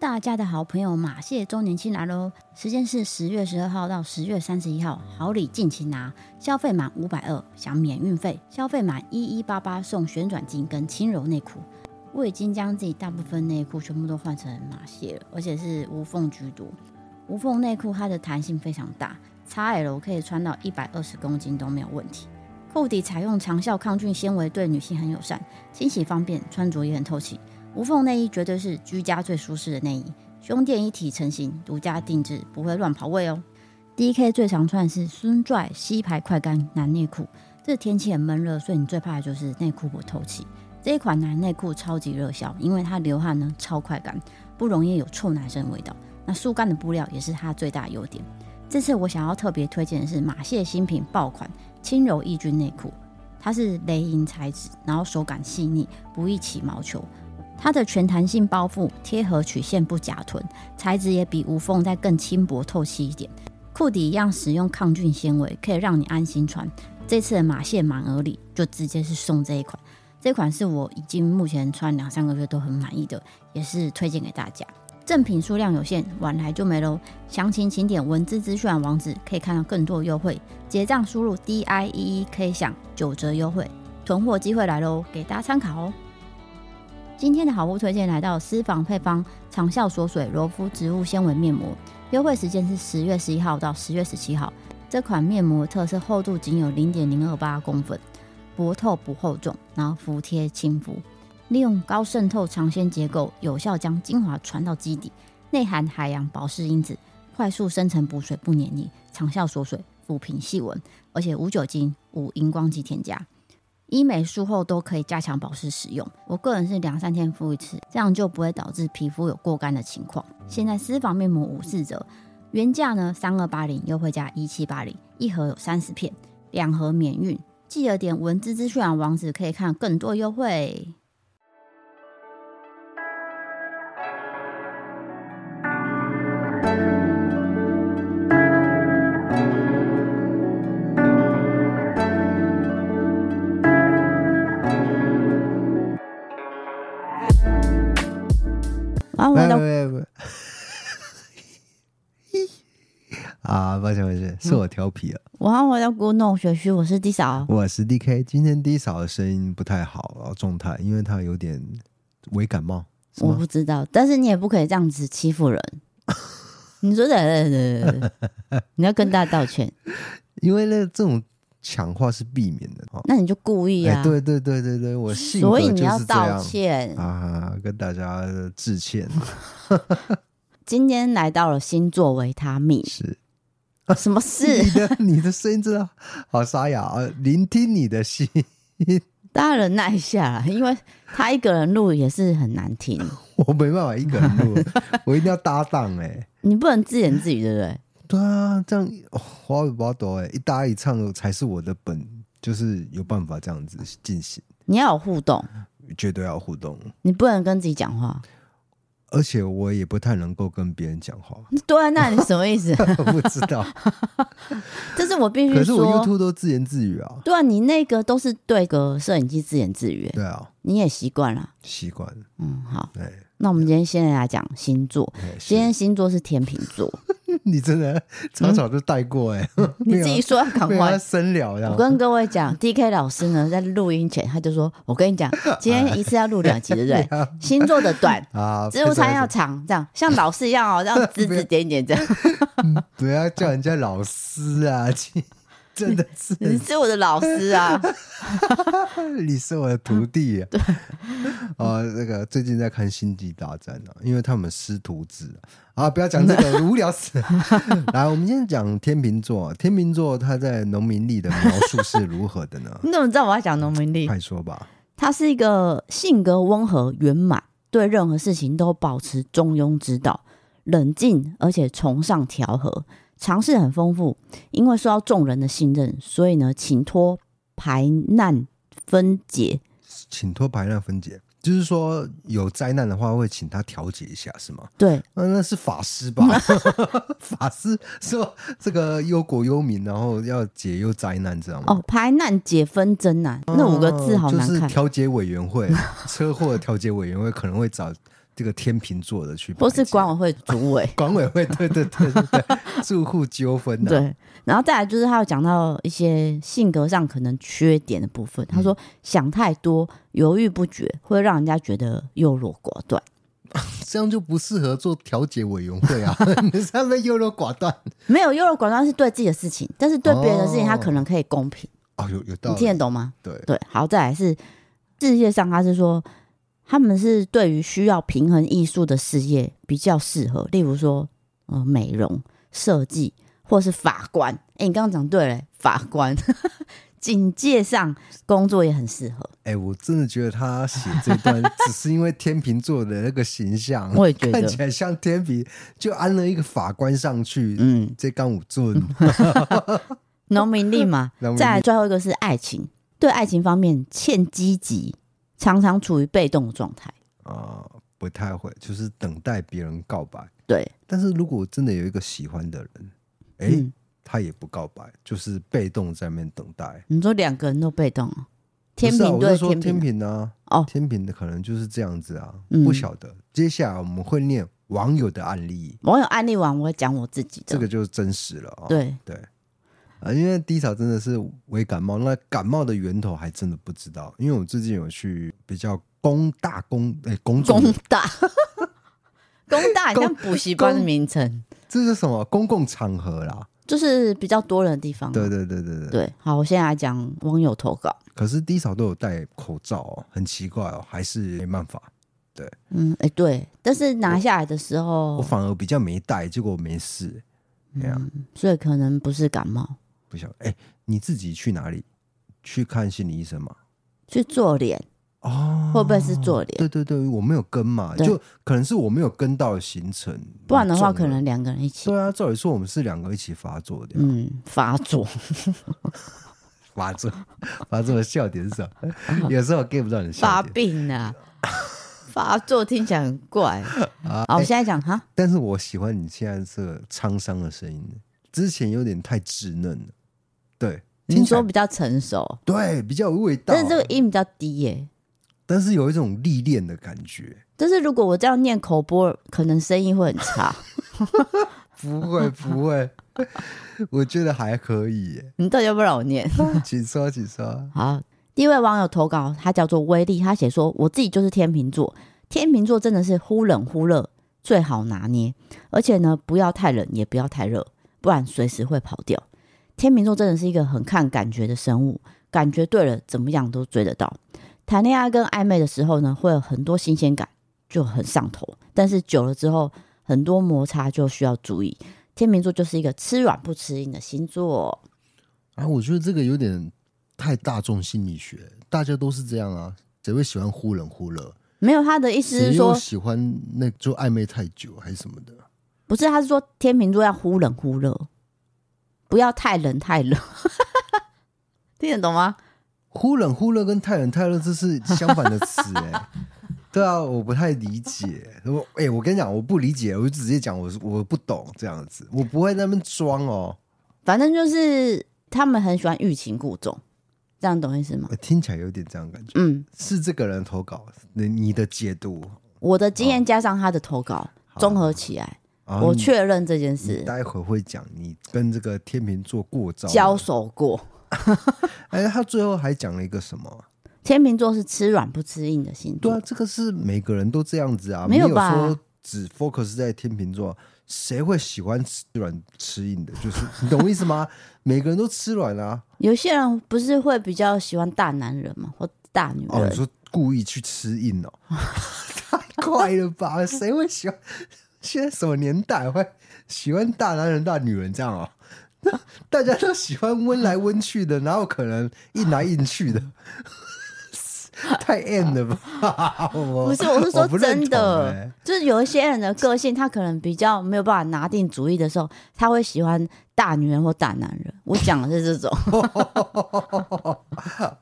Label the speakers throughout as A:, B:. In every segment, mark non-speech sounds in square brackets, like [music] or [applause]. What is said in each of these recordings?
A: 大家的好朋友马蟹周年庆来喽！时间是十月十二号到十月三十一号，好礼尽情拿！消费满五百二享免运费，消费满一一八八送旋转巾跟轻柔内裤。我已经将自己大部分内裤全部都换成马蟹了，而且是无缝居多。无缝内裤它的弹性非常大，XL 可以穿到一百二十公斤都没有问题。扣底采用长效抗菌纤维，对女性很友善，清洗方便，穿着也很透气。无缝内衣绝对是居家最舒适的内衣，胸垫一体成型，独家定制，不会乱跑位哦。DK 最常穿的是孙拽吸牌快干男内裤，这天气很闷热，所以你最怕的就是内裤不透气。这一款男内裤超级热销，因为它流汗呢超快干，不容易有臭男生味道。那速干的布料也是它最大的优点。这次我想要特别推荐的是马蟹新品爆款轻柔抑菌内裤，它是雷银材质，然后手感细腻，不易起毛球。它的全弹性包覆，贴合曲线不夹臀，材质也比无缝再更轻薄透气一点。裤底一样使用抗菌纤维，可以让你安心穿。这次的马蟹满额礼就直接是送这一款，这款是我已经目前穿两三个月都很满意的，也是推荐给大家。赠品数量有限，晚来就没喽。详情请点文字资讯网网址，可以看到更多优惠。结账输入 D I E E K 享九折优惠，囤货机会来喽，给大家参考哦。今天的好物推荐来到私房配方长效锁水柔肤植物纤维面膜，优惠时间是十月十一号到十月十七号。这款面膜特色厚度仅有零点零二八公分，薄透不厚重，然后服帖亲肤，利用高渗透长纤结构，有效将精华传到基底，内含海洋保湿因子，快速深层补水不黏腻，长效锁水抚平细纹，而且无酒精、无荧光剂添加。医美术后都可以加强保湿使用。我个人是两三天敷一次，这样就不会导致皮肤有过干的情况。现在私房面膜五四折，原价呢三二八零，优惠价一七八零，一盒有三十片，两盒免运。记得点文字资讯栏网址可以看更多优惠。啊，我
B: 喂
A: 回到
B: 喂喂， [laughs] 啊，抱歉抱
A: 嗯
B: 歉，是我调皮了。
A: 我要回到 Good No 学区，我是 D 嫂。
B: 我是 D K，今天 D 嫂的声音不太好，然后状态，因为她有点微感冒，是
A: 我
B: 吗
A: 不？知道，但是你也不可以这样子欺负人。 [laughs] 你说的，你要跟大家道
B: [laughs]
A: 歉，
B: 因为那这种抢话是避免的哦。
A: 那你就故意啊。
B: 哎，对对对对对，我性
A: 所
B: 格
A: 以
B: 就
A: 你要
B: 是这
A: 道
B: 样
A: 歉。
B: 啊，跟大家致歉 [laughs]
A: 今天来到了星座维他命，
B: 是。啊
A: 什么
B: 你 [laughs]
A: 事？
B: 的你的声音真的好沙哑啊！聆听你的心， [laughs]
A: 大家忍耐一下啦，因为他一个人录也是很难听，
B: 我没办法一个人录， [laughs] 我一定要搭档哎、
A: 你不能自言自语，对不对？
B: 对啊，这样哦花尾巴朵哎，一搭一唱才是我的本，就是有办法这样子进行，
A: 你要有互动，
B: 绝对要互动，
A: 你不能跟自己讲话。
B: 而且我也不太能够跟别人讲话， [laughs]
A: 对啊，那你什么意思？
B: 不知
A: [laughs]
B: 道，
A: 这是我必须
B: 可是我
A: 说。
B: YouTube 都自言自语啊，
A: 对啊，你那个都是对个摄影机自言自语，
B: 对啊，
A: 你也习惯了。
B: 习惯了，
A: 嗯，好，
B: 哎，
A: 那我们今天先来讲星座。
B: 哎
A: 今天星座是天秤座，
B: 是 [laughs] 你真的草草就带过哎、欸，
A: 你自
B: [laughs]
A: 己说要赶
B: 没有要啊
A: 快。
B: 深聊这
A: 我
B: 样，
A: 跟各位
B: [laughs]
A: 讲，D K 老师呢在录音前他就说：“我跟你讲，今天一次要录两集，对不
B: [laughs]
A: 对？星座的短，
B: 啊，
A: 自助餐要
B: 不
A: 长，这样像老师一样哦，这
B: [laughs]
A: 样指指点点这样。
B: 不要叫人家老师
A: [laughs]
B: 啊， [laughs] 亲真的是
A: 你是我的老师
B: [laughs]
A: 啊，？
B: 你是我的徒弟、啊。 [laughs] 对，啊，那个最近在看《星际大战》啊，因为他们师徒制啊，啊不要讲这个，无聊死 [laughs] 了。来，我们先讲天秤座。啊天秤座它在农民历的描述是如何的呢
A: [laughs] 你怎么知道我要讲农民力？
B: 快说吧。
A: 他是一个性格温和圆满，对任何事情都保持中庸之道，冷静而且崇尚调和，尝试很丰富。因为受到众人的信任，所以呢，请托排难分解。
B: 请托排难分解，就是说有灾难的话，会请他调解一下，是吗？
A: 对，
B: 啊、那是法师吧？法师说这个忧国忧民，然后要解忧灾难，知道吗？
A: 哦，排难解纷争啊，那五个字好难
B: 哦就是
A: 看。
B: [laughs] 调解委员会，车祸调解委员会可能会找这个天秤座的去排解，。
A: 或是管委会主委
B: [laughs] 管委会，对对对对对，住户纠纷、啊，，
A: 对，然后再来就是他有讲到一些性格上可能缺点的部分。他说想太多、犹豫不决，会让人家觉得优柔寡断。
B: 这样就不适合做调解委员会
A: [laughs]
B: 啊，你上面优柔寡断。
A: 没有优柔寡断是对自己的事情，但是对别人的事情，他可能可以公平。
B: 哦，有有道
A: 你
B: 理
A: 听，得懂吗？
B: 对，
A: 对，好，再来是事业上，他是说他们是对于需要平衡艺术的事业比较适合，例如说呃美容、设计或是法官。哎、你刚刚讲对了，法官。 [laughs] 警戒上工作也很适合，
B: 哎、我真的觉得他写这段只是因为天秤座的那个形象，
A: 我也觉得
B: 看起来像天平，就安了一个法官上去，
A: 嗯
B: 这刚五尊，
A: 农民力嘛
B: [laughs] 农民。力
A: 再来最后一个是爱情，对爱情方面欠积极，常常处于被动的状态。
B: 啊，不太会，就是等待别人告白。
A: 对，
B: 但是如果真的有一个喜欢的人，哎、
A: 嗯
B: 他也不告白，就是被动在那边等待。
A: 你说两个人都被动、哦，
B: 不
A: 天
B: 是啊
A: 平
B: 我是
A: 对
B: 说
A: 天
B: 天
A: 平，
B: 平啊，
A: 哦
B: 天平的可能就是这样子啊，
A: 嗯
B: 不晓得。接下来我们会念网友的案例，
A: 网友案例完我会讲我自己的。
B: 这个就是真实了啊、哦。
A: 对，
B: 对，啊，因为低潮真的是微感冒，那感冒的源头还真的不知道，因为我最近有去比较公大公哎、公众
A: 工大， [laughs] 工大，你
B: 公
A: 像补习班的
B: 公
A: 名称，
B: 这是什么公共场合啦？
A: 就是比较多人的地方。啊
B: 对对对对对。
A: 对，好，我现在来讲网友投稿。
B: 可是低潮都有戴口罩哦，很奇怪哦，还是没办法。
A: 嗯，哎、对，但是拿下来的时
B: 我
A: 候，
B: 反而比较没戴，结果没事。哎呀、
A: 嗯所以可能不是感冒，
B: 不晓得。哎、你自己去哪里去看心理医生吗？
A: 去做脸，
B: 哦，
A: 会不会是做脸
B: 对对对，我没有跟嘛，
A: 对
B: 就可能是我没有跟到行程，
A: 不然的话
B: 我中
A: 可
B: 了
A: 能两个人一起，
B: 对啊，照理说我们是两个一起发作的呀，
A: 嗯，发作。
B: 发作，发作的笑点是什
A: [laughs]
B: 么？有时候我 get 不到你的
A: 发
B: [laughs] 笑点，
A: 病啊， [laughs] 发作听起来很
B: [laughs]
A: 怪。
B: 啊
A: 好，
B: 哎
A: 我现在讲哈，
B: 但是我喜欢你现在这个沧桑的声音，之前有点太稚嫩了，对，
A: 你
B: 听起来
A: 说比较成熟，
B: 对比较有味道，
A: 但是这个音比较低耶、
B: 但是有一种历练的感觉，
A: 但是如果我这样念口播，可能生意会很差。
B: 不会不会， [laughs] 我觉得还可以耶，
A: 你到底要不要让我念？
B: 请说请说，
A: 好，第一位网友投稿，他叫做威力，他写说：“我自己就是天秤座，天秤座真的是忽冷忽热，最好拿捏，而且呢，不要太冷，也不要太热，不然随时会跑掉。天秤座真的是一个很看感觉的生物，感觉对了，怎么样都追得到。谈恋爱跟暧昧的时候呢，会有很多新鲜感，就很上头，但是久了之后，很多摩擦就需要注意。天秤座就是一个吃软不吃硬的星座。”
B: 啊，我觉得这个有点太大众心理学，大家都是这样啊，谁会喜欢忽冷忽热？
A: 没有，他的意思是
B: 谁
A: 说
B: 又，喜欢那就暧昧太久还是什么的？
A: 不是，他是说天秤座要忽冷忽热，不要太冷太冷， [laughs] 听得懂吗？
B: 忽冷忽热跟太冷太热这是相反的词哎、
A: [laughs]
B: 对啊，我不太理解。我哎、我跟你讲，我不理解，我就直接讲我我不懂这样子，我不会在那边装哦、
A: 反正就是他们很喜欢欲擒故纵，这样懂意思吗？
B: 我听起来有点这样的感觉。
A: 嗯，
B: 是这个人投稿，你你的解读，
A: 我的经验加上他的投稿，综合起来，
B: 啊
A: 我
B: 你
A: 确认这件
B: 你
A: 事
B: 待会会讲你跟这个天秤座过招。
A: 交手过。
B: 哎、他最后还讲了一个什么？
A: 天秤座是吃软不吃硬的星
B: 对
A: 座，
B: 啊，这个是每个人都这样子啊，
A: 没
B: 有
A: 有吧
B: 说只 focus 在天秤座，谁会喜欢吃软吃硬的？就是你懂我意思吗？ [laughs] 每个人都吃软啊。
A: 有些人不是会比较喜欢大男人嘛，或大女
B: 哦，
A: 人
B: 你，说故意去吃硬哦， [laughs] 太快了吧？谁会喜欢？现在什么年代会喜欢大男人大女人这样哦？ [laughs] 大家都喜欢温来温去的，哪有可能硬来硬去的？ [laughs] 太 M 了吧？
A: 不
B: 不
A: 是，我是说
B: 不认
A: 真的，
B: 同欸
A: 就是有一些人的个性，他可能比较没有办法拿定主意的时候，他会喜欢大女人或大男人。我讲的是这种， [laughs]
B: 好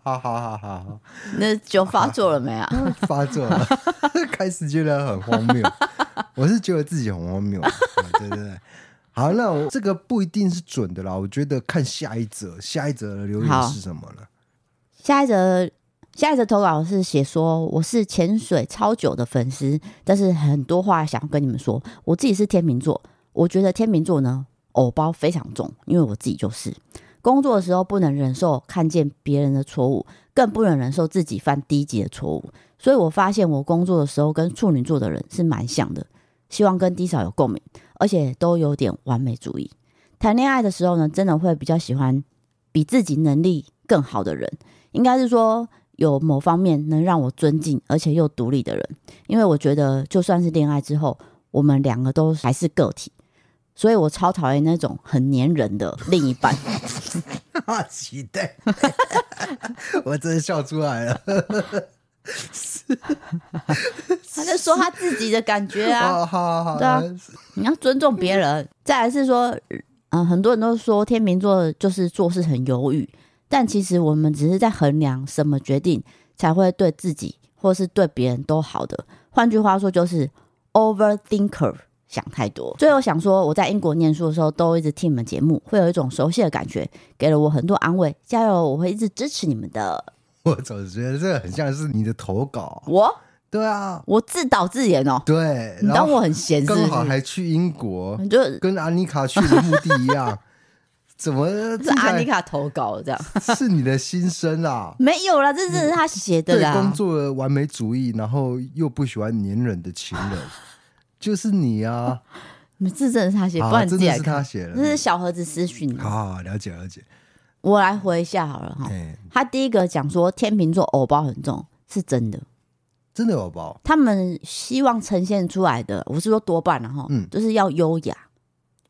B: 好好好好。
A: 那酒发作了没啊？
B: [laughs] 发作了，开始觉得很荒
A: [laughs]
B: 谬。我是觉得自己很荒谬，啊对对对。好，那我这个不一定是准的啦。我觉得看下一则，下一则的留言
A: 好
B: 是什么呢？
A: 下一则下一则投稿是写说，我是潜水超久的粉丝，但是很多话想要跟你们说。我自己是天秤座，我觉得天秤座呢，偶包非常重，因为我自己就是。工作的时候不能忍受看见别人的错误，更不能忍受自己犯低级的错误。所以我发现我工作的时候跟处女座的人是蛮像的，希望跟低嫂有共鸣，而且都有点完美主义。谈恋爱的时候呢，真的会比较喜欢比自己能力更好的人，应该是说有某方面能让我尊敬而且又独立的人，因为我觉得就算是恋爱之后，我们两个都还是个体。所以我超讨厌那种很粘人的另一半，
B: [laughs] 好期待，我真的笑出来了。
A: [laughs] 他在说他自己的感觉啊。
B: 好好好，
A: 对啊你要尊重别人。再来是说，嗯、呃很多人都说天秤座就是做事很犹豫，但其实我们只是在衡量什么决定才会对自己或是对别人都好的。换句话说，就是 overthinker。想太多，最后想说，我在英国念书的时候，都一直听你们节目，会有一种熟悉的感觉，给了我很多安慰。加油，我会一直支持你们的。
B: 我总觉得这个很像是你的投稿。
A: 我
B: 对啊，
A: 我自导自演哦，
B: 对，
A: 你
B: 然
A: 当
B: 后
A: 我很闲是不
B: 刚好
A: 是？
B: 还去英国，
A: 你就
B: 跟安妮卡去的目的一
A: [laughs]
B: 样，怎么
A: 是阿妮卡投稿这样，
B: 卡是你的心声啊？
A: 没有啦，这真的是他写的
B: 对
A: 啦。
B: 工作的完美主义，然后又不喜欢粘人的情人，
A: [laughs]
B: 就是你啊！
A: 你这真的是他写，不
B: 啊，
A: 然你自
B: 真
A: 己
B: 的
A: 来
B: 是
A: 看。
B: 他写
A: 这是
B: 的。
A: 小盒子私讯啊，
B: 好好好了解了解，
A: 我来回一下好了哈。
B: 哎，
A: 他第一个讲说天秤座偶包很重，是真的。
B: 真的有包，
A: 他们希望呈现出来的，我是说多半然后，
B: 嗯
A: 就是要优雅，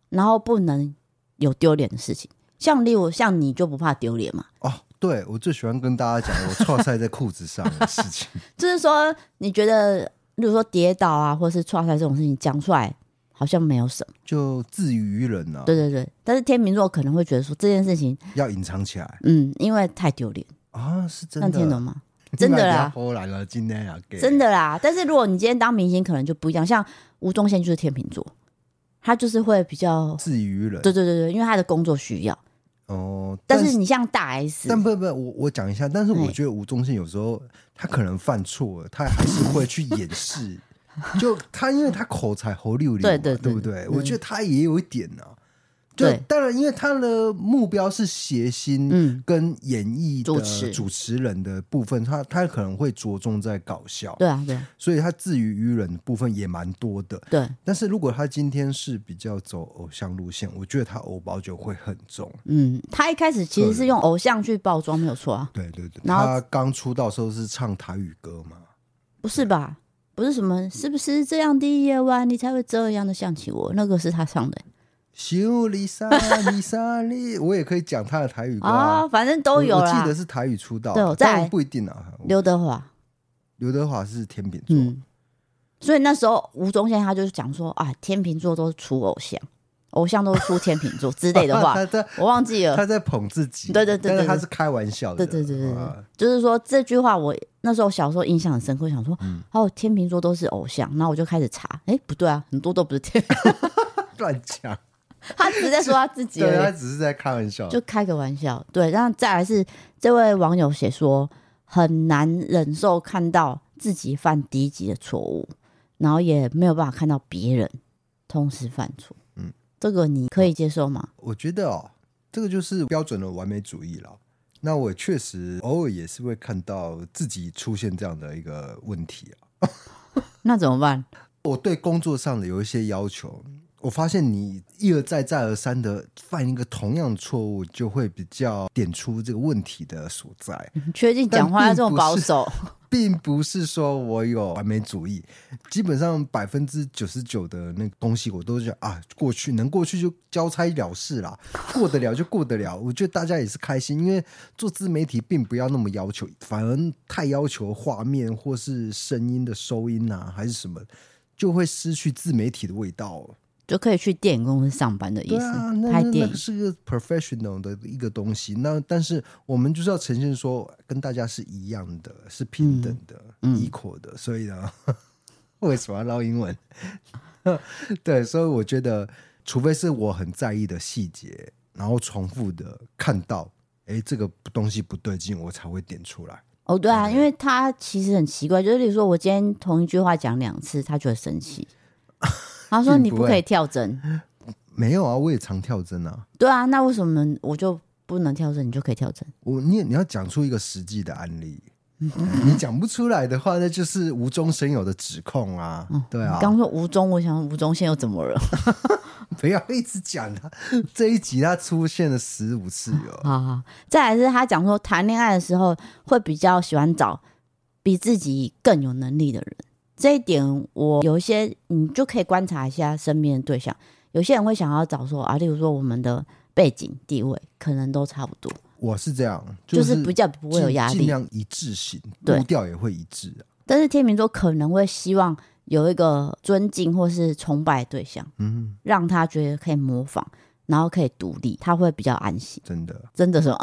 A: 然后不能有丢脸的事情。像例如像你就不怕丢脸嘛，
B: 哦，对我最喜欢跟大家讲我错塞在裤子上的事
A: [laughs]
B: 情，
A: 就是说你觉得，例如说跌倒啊，或是撞菜这种事情讲出来好像没有什么，
B: 就自娱于人啊，
A: 对对对。但是天秤座可能会觉得说这件事情，
B: 要隐藏起来
A: 嗯，因为太丢脸，
B: 啊，是真
A: 能听
B: 的
A: 懂，吗？哦真的啦，
B: 波兰了，今天要给
A: 真的啦，但是如果你今天当明星，可能就不一样。像吴宗宪就是天秤座，他就是会比较，
B: 自娱于人，
A: 对对对对，因为他的工作需要。
B: 哦，
A: 但是你像大 S，
B: 但不不，我我讲一下，但是我
A: 哎
B: 觉得吴宗宪有时候他可能犯错了，他还是会去掩
A: [laughs]
B: 饰。就他，因为他口才喉溜溜
A: 对
B: 嘛，
A: 对
B: 对不
A: 对
B: 对？
A: 嗯
B: 我觉得他也有一点呢、就
A: 对
B: 当然，因为他的目标是谐星
A: 嗯，
B: 跟演艺
A: 主
B: 的
A: 持
B: 主持人的部分，他他可能会着重在搞笑，
A: 对啊对啊
B: 所以他自娱于人的部分也蛮多的。
A: 对，
B: 但是如果他今天是比较走偶像路线，我觉得他偶包就会很重。
A: 嗯，他一开始其实是用偶像去包装，没有错啊，
B: 对对对，
A: 然后
B: 他刚出道的时候是唱台语歌嘛，
A: 不是吧？不是什么，是不是这样的夜晚你才会这样的想起我？那个是他唱的
B: 修
A: [laughs]
B: 丽莎丽莎丽，我也可以讲他的台语歌
A: 啊、
B: 啊，
A: 反正都有
B: 我我记
A: 啦
B: 得。是台语出道，
A: 对我再
B: 当
A: 来
B: 然不一定啊。刘
A: 刘德华，
B: 刘德华是天秤座，
A: 嗯，所以那时候吴宗宪他就是讲说啊，天秤座都是出偶像，偶像都是出天秤座之类的话，
B: [laughs] 他在
A: 我忘记了
B: 他。在捧自己，
A: 对对对对
B: 但是他
A: 对
B: 是开玩笑的，
A: 对对对对对
B: 啊，
A: 就是说这句话我那时候小时候印象很深刻，想说、
B: 嗯
A: 哦，天秤座都是偶像，然后我就开始查，哎，不对啊，很多都不是天，
B: 乱讲，
A: [laughs] 他只是在说他自己
B: 对他
A: 而已，
B: 只是在开玩笑，
A: 就开个玩笑。对，然后再来是这位网友写说，很难忍受看到自己犯低级的错误，然后也没有办法看到别人同时犯错。
B: 嗯
A: 嗯，这个你可以接受吗？
B: 我觉得哦，这个就是标准的完美主义了。那我确实偶尔也是会看到自己出现这样的一个问题啊。
A: 那怎么办？ [laughs]
B: 我对工作上的有一些要求，我发现你一而再、再而三的犯一个同样的错误，就会比较点出这个问题的所在，
A: 确定讲话要这么保守？
B: 并不是说我有完美主义。基本上百分之九十九的那个东西，我都觉得啊，过去能过去就交差了事啦，过得了就过得了。我觉得大家也是开心，因为做自媒体并不要那么要求，反而太要求画面或是声音的收音啊，还是什么，就会失去自媒体的味道了。
A: 就可以去电影公司上班的意
B: 对
A: 思，
B: 啊，那
A: 拍
B: 那
A: 电
B: 那
A: 影
B: 个。是个 professional 的一个东西。那但是我们就是要呈现说，跟大家是一样的，是平等的、
A: 嗯
B: equal 的。所以呢， [laughs] 为什么要唠英文？ [laughs] 对，所以我觉得，除非是我很在意的细节，然后重复的看到，哎，这个东西不对劲，我才会点出来。
A: 哦，对啊，因为他其实很奇怪，就是例如说我今天同一句话讲两次，他就会生 [laughs] 气。他说
B: 并
A: 你嗯
B: 不
A: 不可
B: 会
A: 以跳针，
B: 没有啊，我也常跳针啊。
A: 对啊，那为什么我就不能跳针，你就可以跳针？
B: 我你你要讲出一个实际的案例，
A: 嗯
B: 你讲不出来的话，那就是无中生有的指控啊。对啊，
A: 嗯刚说无中，我想无中线又怎么了？ [laughs]
B: 不要一直讲他 [laughs] 这一集他出现了十五次哦。
A: 好好，再来是他讲说谈恋爱的时候会比较喜欢找比自己更有能力的人，这一点我有一些你就可以观察一下身边的对象，有些人会想要找说啊，例如说我们的背景地位可能都差不多，
B: 我是这样，
A: 就是、
B: 嗯是
A: 比较不会有
B: 尽
A: 压
B: 尽
A: 力，
B: 量一致性，
A: 对
B: 步调也会一致啊。
A: 但是天秤座可能会希望有一个尊敬或是崇拜的对象，
B: 嗯，
A: 让他觉得可以模仿，然后可以独立，他会比较安心。
B: 真的， [laughs]
A: 真的是吗？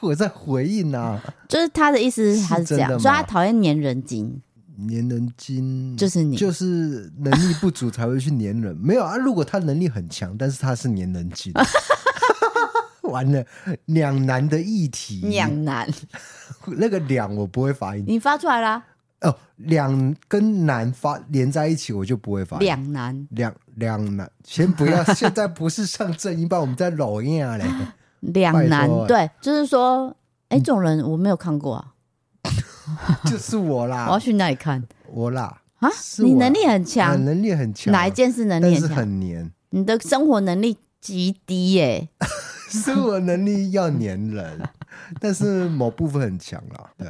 B: 我在回应啊，
A: 就是他的意思是他是
B: 是
A: 这
B: 真
A: 样，
B: 的吗
A: 所以他讨厌粘人精。
B: 粘人精
A: 就是你
B: 就是能力不足才会去粘人。没有啊，如果他能力很强，但是他是粘
A: [laughs]
B: 人精，完了两难的议题。
A: 两难，
B: 那个两我不会发音
A: 你发出来啦，
B: 哦，两跟难发连在一起我就不会发音。
A: 两难，
B: 两两难，先不要，现在不是上正音班，我们在老
A: [laughs]
B: 音啊嘞。
A: 两难
B: 拜，托
A: 对，就是说，哎、这种人我没有看过啊，
B: 就是我
A: 我要
B: 啦，
A: 去哪里看
B: 我啦，
A: 啊？
B: 啊是
A: 你
B: 我
A: 能力很
B: 啊
A: 强，
B: 能力很强，
A: 哪一件事能
B: 但
A: 力很
B: 是
A: 强？
B: 很黏， [laughs]
A: 你的生活能力极低耶、
B: 是我能力要黏人，但是某部分很强啦。对，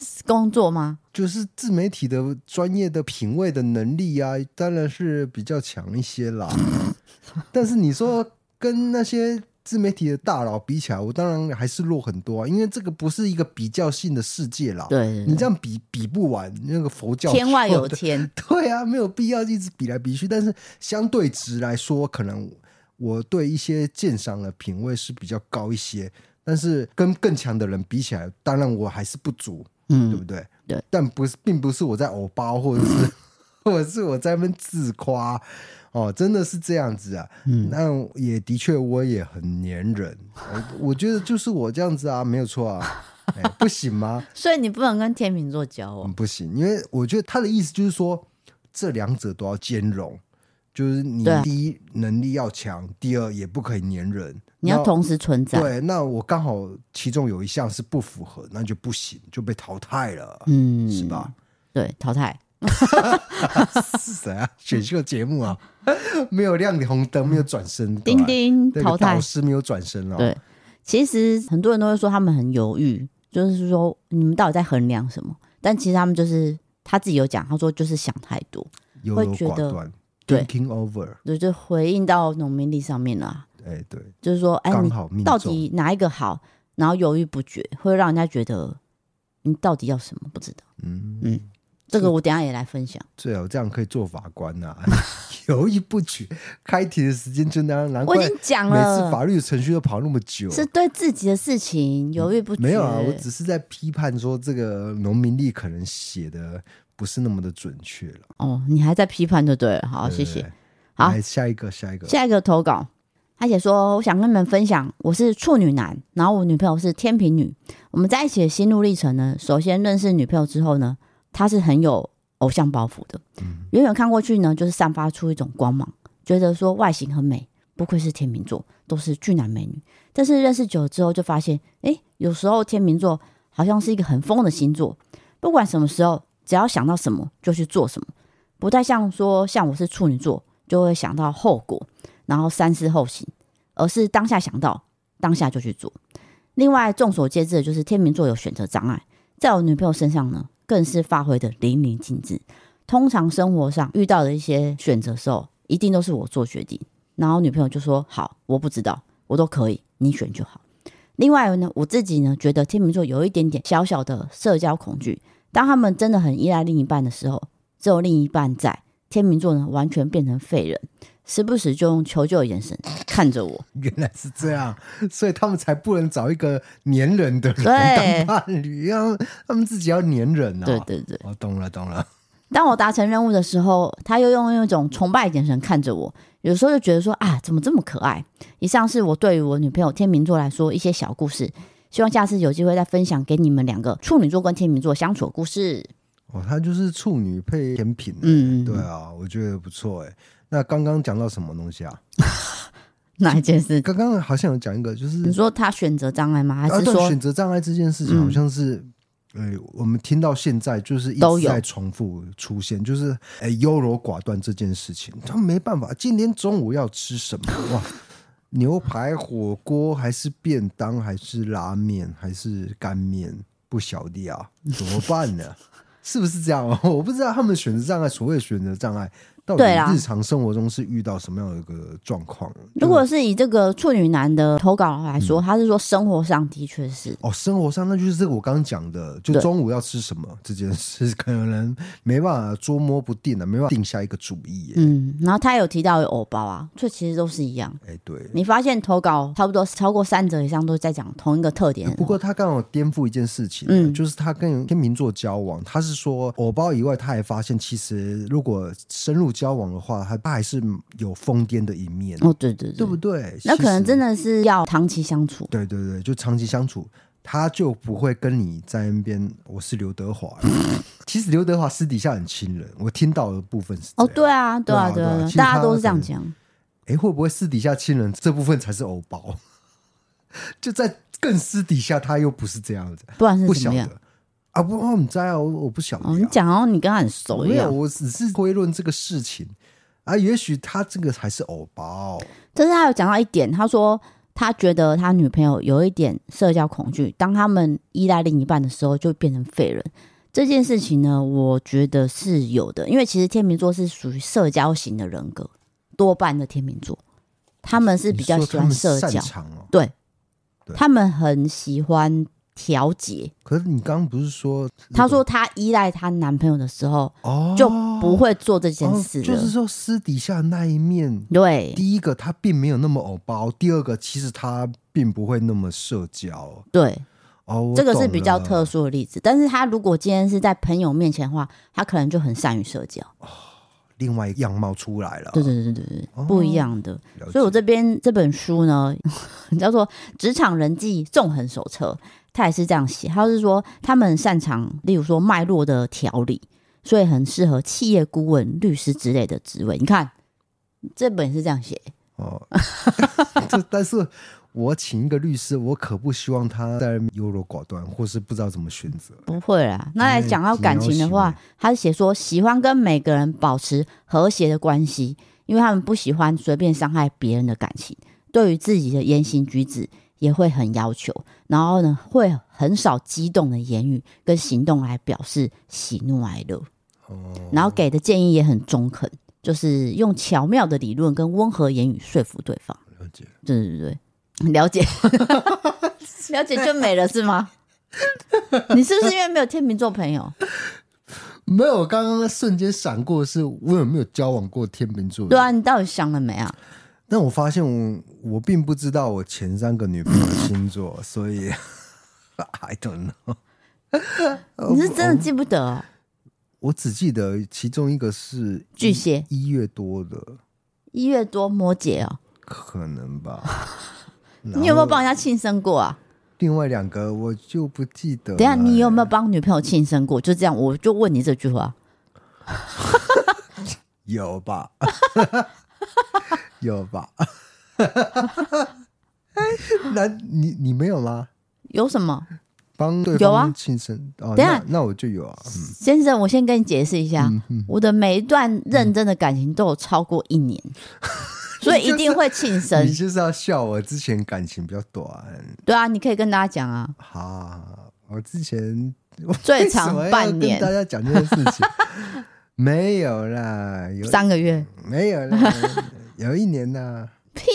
A: 是工作吗？
B: 就是自媒体的专业的品味的能力啊，当然是比较强一些
A: [laughs]
B: 啦。但是你说跟那些自媒体的大佬比起来，我当然还是弱很多啊，因为这个不是一个比较性的世界啦。
A: 对
B: 哦你
A: 对
B: 这样比比不完，那个佛教 [laughs]
A: 对，天外有
B: 说的
A: 天，
B: 对啊，没有必要一直比来比去。但是相对值来说，可能我对一些鉴赏的品味是比较高一些，但是跟更强的人比起来，当然我还是不足，对不
A: 嗯，
B: 对？
A: 对。
B: 但不是，并不是我在偶包，或者是或者是我在那边自夸。哦，真的是这样子啊，
A: 嗯
B: 那也的确，我也很粘人，我我觉得就是我这样子啊，没有错啊，哎，不行吗？
A: 所以你不能跟天秤座交往
B: 嗯，，不行，因为我觉得他的意思就是说，这两者都要兼容，就是你
A: 对啊
B: 第一能力要强，第二也不可以粘人。
A: 你要
B: 那
A: 同时存在，
B: 对，那我刚好其中有一项是不符合，那就不行，就被淘汰了，
A: 嗯，
B: 是吧？？
A: 对，淘汰，
B: [laughs] 是谁啊？选秀节目啊，没有亮红灯，没有转身，对吧
A: 叮叮，
B: 那
A: 淘
B: 个
A: 汰
B: 导，师没有转身哦。
A: 对，其实很多人都会说他们很犹豫，就是说你们到底在衡量什么？但其实他们就是他自己有讲，他说就是想太多，
B: 优
A: 会
B: 柔
A: 觉得
B: 寡断
A: 对
B: ，thinking over，
A: 就就回应到农民力上面了啊、
B: 哎，对，
A: 就是说，哎，
B: 刚
A: 你
B: 好命
A: 到
B: 中。
A: 底哪一个好？然后犹豫不决，会让人家觉得嗯你到底要什么不知道。
B: 嗯
A: 嗯这个我等一下也来分享。
B: 最好这样可以做法官呐、 [laughs] 犹豫不决，开庭的时间就那样，难
A: 我
B: 怪
A: 已
B: 每
A: 经讲
B: 次
A: 了，
B: 法律程序都跑那么久。
A: 是对自己的事情犹豫不决。
B: 没有啊，我只是在批判说这个农民力可能写的不是那么的准确了。
A: 哦，你还在批判就对了。好，
B: 对
A: 谢
B: 对
A: 谢。
B: 对
A: 好
B: 来下一个，下一个，
A: 下一个投稿，他写说：“我想跟你们分享，我是处女男，然后我女朋友是天平女。我们在一起的心路历程呢，首先认识女朋友之后呢，她是很有偶像包袱的，远远看过去呢，就是散发出一种光芒，觉得说外形很美，不愧是天秤座，都是俊男美女。但是认识久了之后，就发现，诶，有时候天秤座好像是一个很疯的星座，不管什么时候，只要想到什么就去做什么，不太像说像我是处女座，就会想到后果。”然后三思后行，而是当下想到，当下就去做。另外，众所皆知的就是天秤座有选择障碍，在我女朋友身上呢，更是发挥的淋漓尽致。通常生活上遇到的一些选择时候，一定都是我做决定，然后女朋友就说：“好，我不知道，我都可以，你选就好。”另外呢，我自己呢觉得天秤座有一点点小小的社交恐惧，当他们真的很依赖另一半的时候，只有另一半在，天秤座呢完全变成废人。时不时就用求救的眼神看着我。
B: [laughs] 原来是这样，所以他们才不能找一个粘人的人
A: 对
B: 当伴侣，要他们自己要粘人啊。
A: 对，对对，
B: 我懂了，懂了。
A: 当我达成任务的时候，他又用一种崇拜的眼神看着我，有时候就觉得说啊，怎么这么可爱？以上是我对于我女朋友天秤座来说一些小故事，希望下次有机会再分享给你们两个处女座跟天秤座相处的故事。
B: 哦，他就是处女配甜品、欸，
A: 嗯，
B: 对，啊，我觉得不错哎、那刚刚讲到什么东西啊？
A: [laughs] 哪一件事？
B: 刚刚好像有讲一个，就是
A: 你说他选择障碍吗？还
B: 啊，
A: 是
B: 对
A: 说
B: 选择障碍这件事情，
A: 嗯
B: 好像是，呃，我们听到现在就是一
A: 都
B: 直
A: 有
B: 在重复出现，就是呃优柔寡断这件事情，他没办法，今天中午要吃什么哇？牛排、火锅还是便当，还是拉面，还是干面？不晓得啊，怎么办呢？是不是这样？啊 [laughs] 我不知道他们选择障碍，所谓的选择障碍，到底
A: 对啦
B: 日常生活中是遇到什么样的一个状况？
A: 如果是以这个处女男的投稿
B: 嗯
A: 来说，他是说生活上的确是
B: 哦，生活上那就是这个我刚刚讲的，就
A: 对
B: 中午要吃什么这件事，可能没办法捉摸不定的，啊没办法定下一个主意耶。
A: 嗯，然后他有提到有偶包啊，这其实都是一样。
B: 哎、对。
A: 你发现投稿差不多超过三折以上都在讲同一个特点，
B: 哎不过他刚好颠覆一件事情，啊
A: 嗯
B: 就是他跟天秤座交往，他是说偶包以外，他还发现其实如果深入交往的话，他他还是有疯癫的一面，
A: 哦，对对
B: 对
A: 对
B: 不，对？
A: 那可能
B: 其实
A: 真的是要长期相处。
B: 对对对，就长期相处，他就不会跟你在那边我是刘德华。 [laughs] 其实刘德华私底下很亲人，我听到的部分是这
A: 哦，
B: 样
A: 对啊，对啊，
B: 对
A: 对
B: 啊
A: 啊，
B: 对啊
A: 对啊
B: 其实
A: 大家都
B: 他
A: 是这样
B: 可能
A: 讲。
B: 哎，会不会私底下亲人这部分才是欧包？ [laughs] 就在更私底下，他又不是这样子，
A: 不然
B: 不
A: 是怎
B: 晓
A: 么样？
B: 得啊？不，我们在啊，我我不晓得、
A: 哦，你讲哦，你跟他很熟一
B: 没有，
A: 样。
B: 我只是推论这个事情啊。也许他这个才是欧包，
A: 但是他有讲到一点，他说他觉得他女朋友有一点社交恐惧，当他们依赖另一半的时候，就会变成废人。这件事情呢，我觉得是有的，因为其实天秤座是属于社交型的人格，多半的天秤座，他们是比较
B: 你说
A: 喜
B: 他
A: 欢
B: 们
A: 社
B: 擅
A: 交，
B: 长哦。对
A: 他们很喜欢调节。
B: 可是你刚刚不是说
A: 她说她依赖她男朋友的时候，
B: 哦，
A: 就不会做这件事
B: 哦
A: 了。
B: 就是说私底下那一面，
A: 对
B: 第一个他并没有那么偶包，第二个其实他并不会那么社交。
A: 对，
B: 哦，我
A: 这个是
B: 懂
A: 比较
B: 了
A: 特殊的例子。但是他如果今天是在朋友面前的话，他可能就很善于社交。
B: 另外一个样貌出来了。
A: 对对对对对，
B: 哦
A: 不一样的。
B: 了解，
A: 所以我这边这本书呢， [laughs] 叫做《职场人际纵横手册》，它也是这样写，它是说他们很擅长，例如说脉络的调理，所以很适合企业顾问、律师之类的职位。你看，这本也是这样写，
B: 哦， [laughs] 这但是我请一个律师，我可不希望他在优柔寡断，或是不知道怎么选择。
A: 不会啦。那来讲到感情的
B: 嗯
A: 话，他是写说喜欢跟每个人保持和谐的关系，因为他们不喜欢随便伤害别人的感情，对于自己的言行举止也会很要求，然后呢，会很少激动的言语跟行动来表示喜怒哀乐，
B: 哦，
A: 然后给的建议也很中肯，就是用巧妙的理论跟温和言语说服对方。
B: 了解。
A: 对对对对，了解， [laughs] 了解就没了是
B: [laughs]
A: 吗？你是不是因为没有天秤座朋友？
B: 没有，我刚刚瞬间闪过的是，我有没有交往过天秤座？
A: 对啊，。你到底想了没啊？
B: 但我发现我我并不知道我前三个女朋友的星座，所以 [laughs] I don't know。
A: 你是真的记不得、哦？
B: 呃我只记得其中一个是
A: 巨蟹
B: 一月多的，
A: 一月多摩羯哦，
B: 可能吧。嗯
A: 你有没有帮人家庆生过啊？
B: 另外两个我就不记得了。
A: 等一下你有没有帮女朋友庆生过？就这样，我就问你这句话。
B: 有吧？ [laughs] 有吧？ [laughs] 那你你没有吗？
A: 有什么，
B: 帮对
A: 有啊
B: 方庆生哦，
A: 等一下
B: 那那我就有啊。嗯
A: 先生？我先跟你解释一下，我的每一段认真的感情都有超过一
B: [laughs]
A: 年，所以一定会庆生
B: 你。就是要笑我之前感情比较短，
A: 对啊，你可以跟大家讲啊，
B: 哈，我之前
A: 最长
B: 为什么要
A: 半
B: 跟
A: 年
B: 大家讲这件事
A: [laughs]
B: 情没有啦，有
A: 三个月，
B: 没有
A: [laughs]
B: 啦，有一年啦，
A: 屁，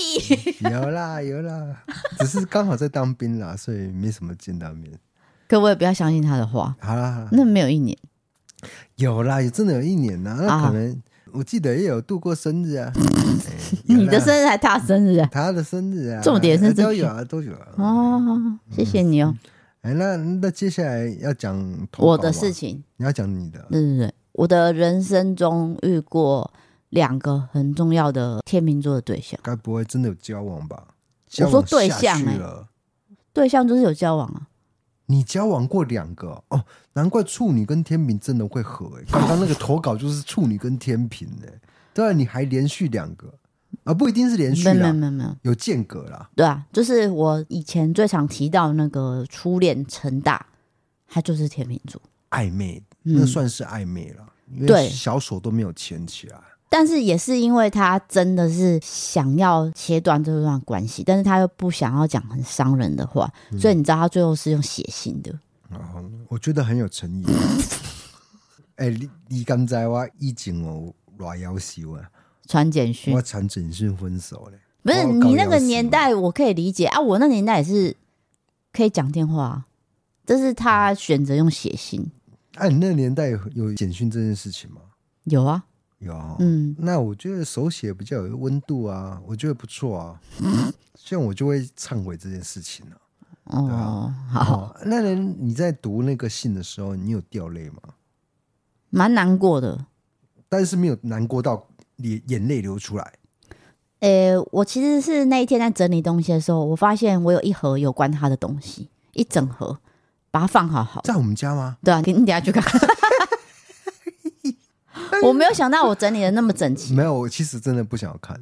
B: 有啦有啦，只是刚好在当兵啦，所以没什么见到面。
A: 各位不要相信他的话，
B: 好啦好啦，
A: 那没有一年。
B: 有啦，也真的有一年呐、那
A: 啊
B: 可能、我记得也有度过生日
A: [laughs]
B: 啊，哎有啦
A: 你的生日还他生日啊？
B: 他的生日啊，
A: 重点是这
B: 都有啊，都有啊。
A: 哦，谢谢你哦，
B: 哎，那那接下来要讲投稿
A: 我的
B: 吗
A: 事，情。嗯
B: 你要讲你的
A: 对对对，我的人生中遇过两个很重要的天秤座的对象，
B: 该不会真的有交往吧？
A: 我说
B: 交往
A: 对
B: 下
A: 象
B: 去
A: 欸
B: 了
A: 对象就是有交往啊，
B: 你交往过两个哦哦，难怪处女跟天平真的会合、欸。刚刚那个投稿就是处女跟天平哎、对啊，你还连续两个啊，不一定是连续
A: 没有没有
B: 啦，
A: 没有没有，
B: 有间隔啦。
A: 对啊，就是我以前最常提到那个初恋成大，他就是天秤座，
B: 暧昧，
A: 嗯
B: 那算是暧昧了，因为
A: 对
B: 小手都没有牵起来。
A: 但是也是因为他真的是想要切断这段关系，但是他又不想要讲很伤人的话，
B: 嗯
A: 所以你知道他最后是用写信的。
B: 然后我觉得很有
A: [laughs]
B: 诚意。哎、你你刚才我以前哦，乱要求啊，
A: 传简讯
B: 我传简讯分手嘞。
A: 不是
B: 我
A: 你那
B: 搞
A: 个
B: 要死
A: 年代，我可以理解啊。我那年代也是可以讲电话啊，但是他选择用写信。
B: 哎、你那个年代有有简讯这件事情吗？
A: 有啊，
B: 有哦、
A: 嗯，
B: 那我觉得手写比较有温度啊，我觉得不错
A: [laughs]
B: 啊。像我就会忏悔这件事情啊。
A: 哦，好，
B: 哦，那人你在读那个信的时候，你有掉泪吗？
A: 蛮难过的。
B: 但是没有难过到眼眼泪流出来。
A: 诶、我其实是那一天在整理东西的时候，我发现我有一盒有关他的东西，一整盒，把它放好好。
B: 在我们家吗？
A: 对啊，你你等一下
B: [laughs]
A: 去看。我没有想到我整理的那么整齐，
B: 没有，我其实真的不想要看。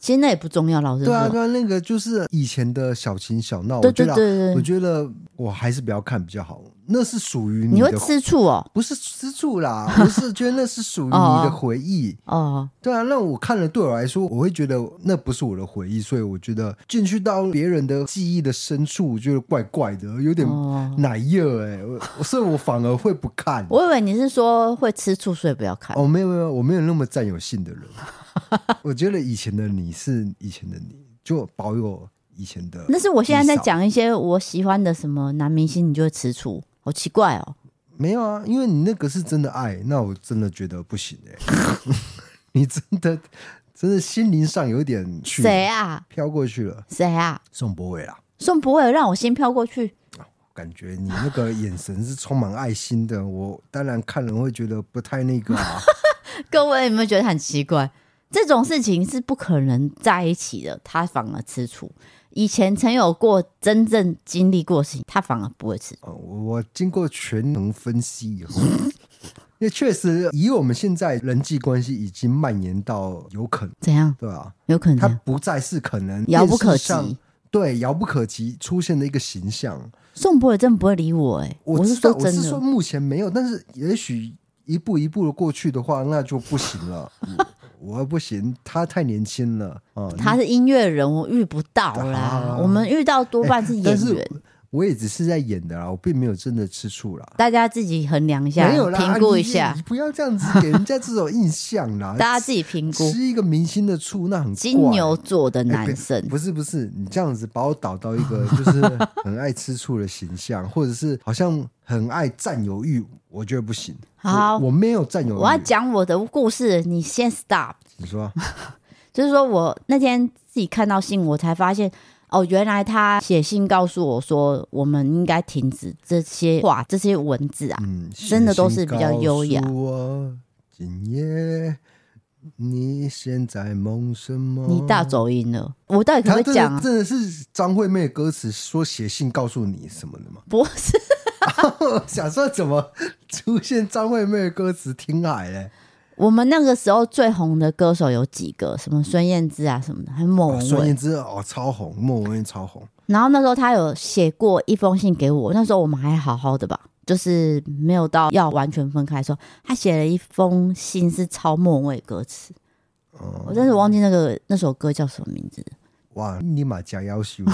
A: 其实那也不重要，老实说。
B: 对啊，对啊，那个就是以前的小情小闹，
A: 对
B: 我觉
A: 对
B: 得
A: 对
B: 啊，
A: 对
B: 我
A: 对，
B: 觉得我还是不要看比较好。那是属于
A: 你会，
B: 的
A: 吃醋哦，
B: 不是吃醋啦，我是觉得那是属于你的回忆。
A: 哦，
B: 对啊，那我看了对我来说，我会觉得那不是我的回忆，所以我觉得进去到别人的记忆的深处，我觉得怪怪的，有点
A: 哦
B: 奶热哎、我所以我反而会不看。
A: 我以为你是说会吃醋，所以不要看。
B: [laughs] 哦，没有没有，我没有那么占有性的
A: [laughs]
B: 人。我觉得以前的你是以前的你，就保有以前的。
A: 那是我现在在讲一些我喜欢的什么男明星，你就会吃醋，好奇怪哦。
B: 没有啊，因为你那个是真的爱，那我真的觉得不行哎、 [laughs] 你真的真的心灵上有点去
A: 谁啊？
B: 飘过去了，
A: 谁啊？
B: 宋博伟啦。
A: 宋博伟让我先飘过去， [laughs]
B: 感觉你那个眼神是充满爱心的，我当然看人会觉得不太那个啊。
A: 各位有没有觉得很奇怪？这种事情是不可能在一起的，他反而吃醋。以前曾有过真正经历过的事情，他反而不会吃醋。
B: 呃我我经过全能分析以后，因为确实以我们现在人际关系已经蔓延到有可能，
A: 怎样？
B: 对吧、
A: 有可能这
B: 它
A: 样
B: 不再是可能
A: 遥不可
B: 电视上
A: 及。
B: 对遥不可及出现的一个形象。
A: 宋博伟真的不会理我哎、
B: 我
A: 是
B: 知道
A: 说
B: 我
A: 真
B: 是
A: 的
B: 说，目前没有，但是也许一步一步的过去的话，那就不行了。我我 [laughs] 不行，他太年轻了啊。
A: 他是音乐人，我遇不到啦。
B: 啊哎
A: 我们遇到多半是演
B: 但是
A: 员。
B: 我也只是在演的啦，我并没有真的吃醋啦。
A: 大家自己衡量一下
B: 没有，啦，啊
A: 评估一
B: 你
A: 下
B: 你，不要这样子给人家这种印象啦。
A: [laughs] 大家自己评估。
B: 吃一个明星的醋，那很怪
A: 金牛座的男
B: 哎
A: 生
B: 不，不是不是，你这样子把我导到一个 [laughs] 就是很爱吃醋的形象，或者是好像很爱占有欲，我觉得不行。
A: 好
B: 我我没有占有欲。
A: 我要讲我的故事，你先 stop。
B: 你说，
A: 就是说我那天自己看到信，我才发现。哦，原来他写信告诉我说，我们应该停止这些话、这些文字啊。
B: 嗯，
A: [laughs] 真的都是比较优雅
B: 写信告诉我啊今夜你现在梦什么？
A: 你大走音了，我到底可
B: 嗯他
A: 不可
B: 真
A: 以讲
B: 的
A: 啊？
B: 真的是张惠妹的歌词说写信告诉你什么的吗？ [laughs]
A: 不是，
B: 我想说怎么出现张惠妹的歌词听海嘞？
A: 我们那个时候最红的歌手有几个，什么孙燕姿啊什么的，还有莫
B: 哦
A: 文
B: 孙
A: 蔚。
B: 燕姿哦超红，莫文蔚超红，
A: 然后那时候他有写过一封信给我，那时候我们还好好的吧，就是没有到要完全分开的时候，他写了一封信是抄莫文蔚歌词，我
B: 哦
A: 真是忘记那个那首歌叫什么名字。
B: 哇，立马加
A: [laughs]
B: 要求，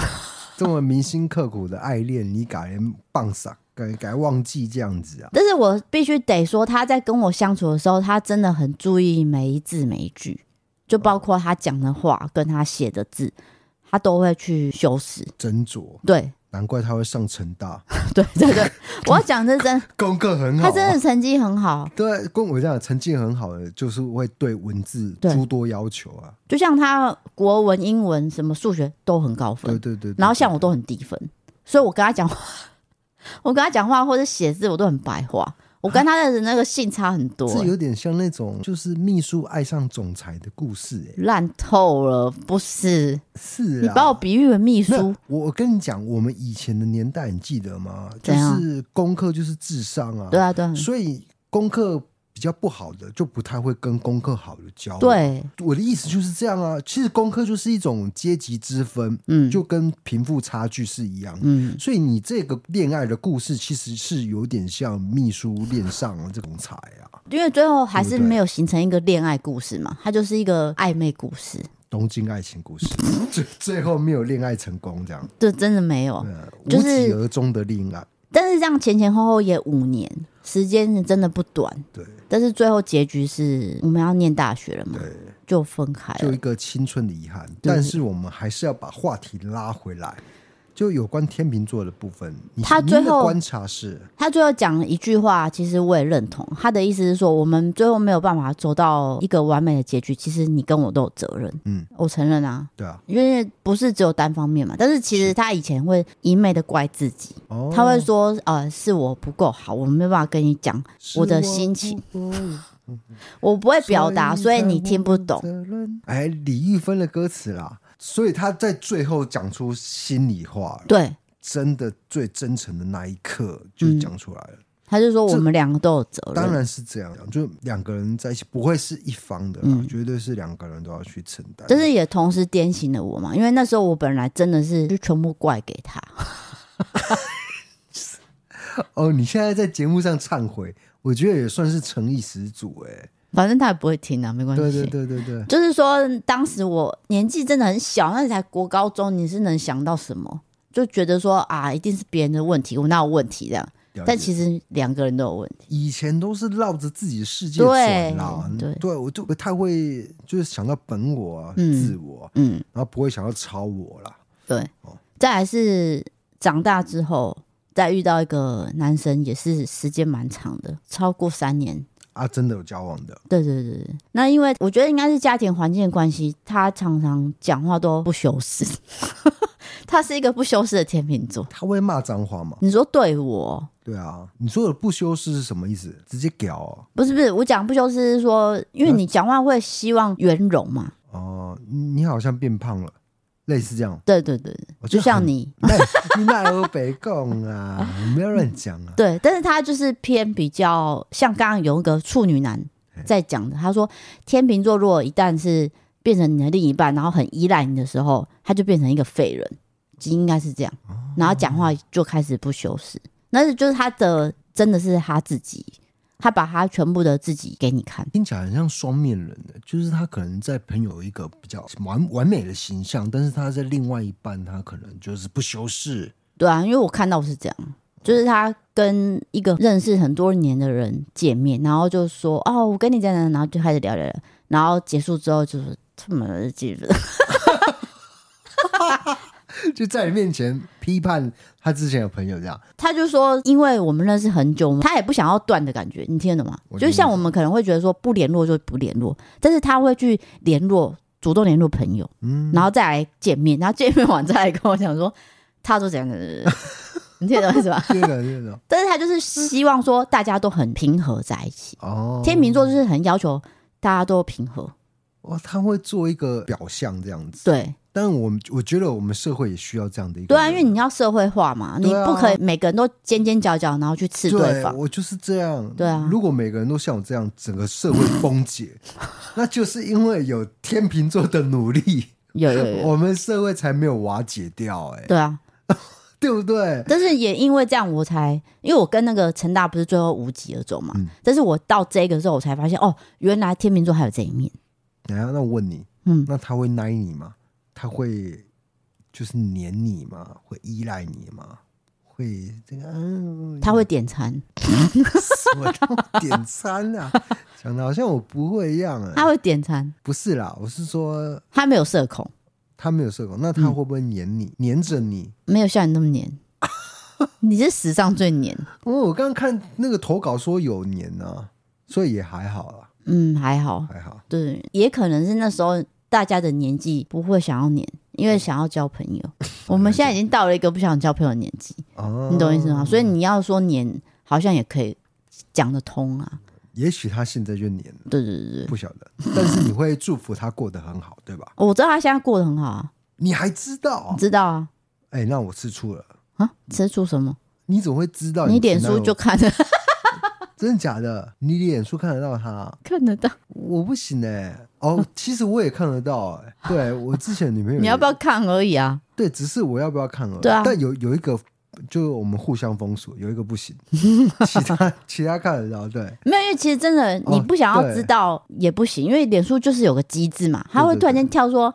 B: 这么铭心刻骨的爱恋，你改人棒傻，改改忘记这样子啊？
A: 但是我必须得说，他在跟我相处的时候，他真的很注意每一字每一句，就包括他讲的话跟他写的字，他都会去修饰。
B: 斟酌，
A: 对
B: 难怪他会上成大，
A: 对对对，我要讲这真，
B: 功课很好、
A: 他
B: 啊。
A: 真的成绩很好，
B: 对，跟我这样成绩很好的，就是会对文字
A: 对
B: 诸多要求啊。
A: 就像他国文、英文、什么数学都很高分
B: 对。对对对
A: 然后像我 [laughs] 都很低分，所以我跟他讲话，我跟他讲话或者写字我都很白话，我跟他的那个性差很
B: [laughs]
A: 多、
B: 这有点像那种就是秘书爱上总裁的故事、欸，
A: 烂透了，不是？
B: 是啊，
A: 你把我比喻为秘
B: 没有
A: 书，
B: 我跟你讲，我们以前的年代，你记得吗？就
A: 怎样
B: 是功课就是智商啊，
A: 对啊，对啊，
B: 所以功课比较不好的就不太会跟功课好的交。，
A: 对，
B: 我的意思就是这样啊。其实功课就是一种阶级之分，
A: 嗯，
B: 就跟贫富差距是一样的。
A: 嗯，
B: 所以你这个恋爱的故事其实是有点像秘书恋上了这种才啊，
A: 因为最后还
B: 对
A: 是
B: 不对
A: 没有形成一个恋爱故事嘛，它就是一个暧昧故事，
B: 东京爱
A: [laughs]
B: 情故事，最最后没有恋爱成功这样，
A: 这真的没有。
B: 嗯，
A: 就
B: 无
A: 是
B: 疾而终的恋爱，
A: 但是这样前前后后也五年，时间是真的不短。
B: 对
A: 但是最后结局是我们要念大学了嘛，
B: 对。
A: 就分开
B: 就
A: 了
B: 一。个青春的遗憾。
A: 对
B: 但是我们还是要把话题拉回来，就有关天秤座的部分，你
A: 他
B: 您
A: 最
B: 的
A: 后
B: 观察是，
A: 他最后讲了一句话，其实我也认同。他的意思是说，我们最后没有办法走到一个完美的结局，其实你跟我都有责任。
B: 嗯，
A: 我承认啊，
B: 对啊，
A: 因为不是只有单方面嘛。但是其实他以前会一昧的怪自己，
B: 哦，
A: 他会说：“呃，是我不够好，我没有办法跟你讲
B: 是
A: 我的心情，
B: 不懂
A: 我不会表达，所以
B: 才
A: 你听不
B: 我有
A: 懂。
B: 责任。哎，李玉芬的歌词啦，所以他在最后讲出心里话”，
A: 对，
B: 真的最真诚的那一刻就讲出来了。
A: 他就说
B: 这
A: 我们两个都有责任。
B: 当然是这样，就两个人在一起不会是一方的啦，
A: 嗯
B: 绝对是两个人都要去承担。
A: 但是也同时点醒了我嘛，因为那时候我本来真的是就全部怪给他，
B: 哦，你现在在节目上忏悔，我觉得也算是诚意十足哎、
A: 反正他也不会听啊，没关系。
B: 对对对对对，
A: 就是说，当时我年纪真的很小，那才国高中，你是能想到什么？就觉得说啊，一定是别人的问题，我哪有问题这样？但其
B: 实
A: 实两个人都有问题。
B: 以前都是绕着自己的世界转啦，
A: 对对
B: 我就不太会就是想到本我啊、
A: 嗯
B: 自我，
A: 嗯，
B: 然后不会想到超我啦。
A: 对
B: 哦。
A: 再来是长大之后，再遇到一个男生，也是时间蛮长的，超过三年。
B: 啊，真的有交往的，
A: 对对对对，那因为我觉得应该是家庭环境的关系，他常常讲话都不修饰， [laughs] 他是一个不修饰的天秤座。
B: 他会骂脏话吗？
A: 你说对我
B: 对啊，你说的不修饰是什么意思？直接屌哦、
A: 不是不是，我讲不修饰是说，因为
B: 嗯
A: 你讲话会希望圆融嘛。
B: 哦你你好像变胖了，类似这样。 [laughs]
A: 对对对，
B: 我觉
A: 就
B: 得
A: 像
B: 很
A: 你
B: 那你那有北共啊，不要乱讲啊。
A: 对，但是他就是偏比较像刚刚有一个处女男在讲的，他说天秤座如果一旦是变成你的另一半，然后很依赖你的时候，他就变成一个废人，就应该是这样，
B: 哦
A: 然后讲话就开始不修饰，那是就是他的真的是他自己，他把他全部的自己给你看，
B: 听起来很像双面人的，就是他可能在朋友一个比较完完美的形象，但是他在另外一半，他可能就是不修饰。 [laughs]
A: 对啊，因为我看到是这样，就是他跟一个认识很多年的人见面，然后就说哦，我跟你讲讲，然后就开始聊聊聊，然后结束之后就是他妈的记 [laughs] 得，
B: 就在你面前批判他之前的朋友这样，
A: 他就说，因为我们认识很久，他也不想要断的感觉，你听得懂吗？
B: 我
A: 就
B: 听得懂
A: 像我们可能会觉得说不联络就不联络，但是他会去联络，主动联络朋友，
B: 嗯，
A: 然后再来见面，然后见面完再来跟我讲说他说怎样怎 [laughs] 样怎样，你听得懂意思吧？ [laughs]
B: 这个这个
A: 但是他就是希望说大家都很平和在一起。
B: 哦，
A: 天秤座就是很要求大家都平和，
B: 哦，他会做一个表象这样子。
A: 对
B: 但我们我觉得我们社会也需要这样的一个
A: 对啊，
B: 人
A: 因为你要社会化嘛，你
B: 对啊
A: 不可以每个人都尖尖角角，然后去刺对方。
B: 我就是这样。
A: 对啊
B: 如果每个人都像我这样，整个社会崩解， [laughs] 那就是因为有天秤座的努力，
A: 有有
B: [laughs]
A: 有，
B: 我们社会才没有瓦解掉、哎，
A: 对啊。
B: 对不对？
A: 但是也因为这样，我才因为我跟那个陈大不是最后无疾而终嘛。
B: 嗯
A: 但是我到这个时候，我才发现哦，原来天秤座还有这一面。
B: 嗯等一下，那我问你，
A: 嗯，
B: 那他会耐你吗？他会就是黏你吗？会依赖你吗？会这个嗯，
A: 他会点餐，
B: [laughs] 什么都点餐啊？讲的好像我不会一样
A: 他
B: 啊。
A: 会点餐，
B: 不是啦，我是说
A: 他没有社恐，
B: 他没有社恐，那
A: 嗯
B: 他会不会黏你？黏着你？
A: 没有像你那么
B: [laughs]
A: 黏。你是史上最黏，
B: 因为我刚刚看那个投稿说有黏啊，所以也还好啦，
A: 嗯，还好。
B: 还好。
A: 对，也可能是那时候大家的年纪不会想要黏，因为想要交朋友。 [laughs] 我们现在已经到了一个不想交朋友的年纪，
B: 哦，
A: 你懂我意思吗？所以你要说黏，好像也可以讲得通啊。
B: 也许他现在就黏了，
A: 对对对对，
B: 不晓得，但是你会祝福他过得很好，对吧？
A: 我知道他现在过得很好啊，
B: 你还知道啊？
A: 知道啊
B: 哎、那我吃醋了。
A: 啊，吃醋什么？
B: 你怎么会知道
A: 你
B: 哦你
A: 脸
B: 前男友？
A: 书就看得 [laughs]
B: 真的假的？你脸书看得到他、
A: 看得到，
B: 我不行哎、
A: [laughs]
B: 哦，其实我也看得到哎、对我之前女朋友也，
A: 你要不要看而已啊？
B: 对，只是我要不要看而已。
A: 对啊
B: 但有有一个，就是我们互相封锁，有一个
A: [laughs]
B: 不行，其他其他看得到。对，
A: 没有，因为其实真的
B: 哦
A: 你不想要
B: 对
A: 知道也不行，因为脸书就是有个机制嘛，它会
B: 对对嗯
A: 突然间跳说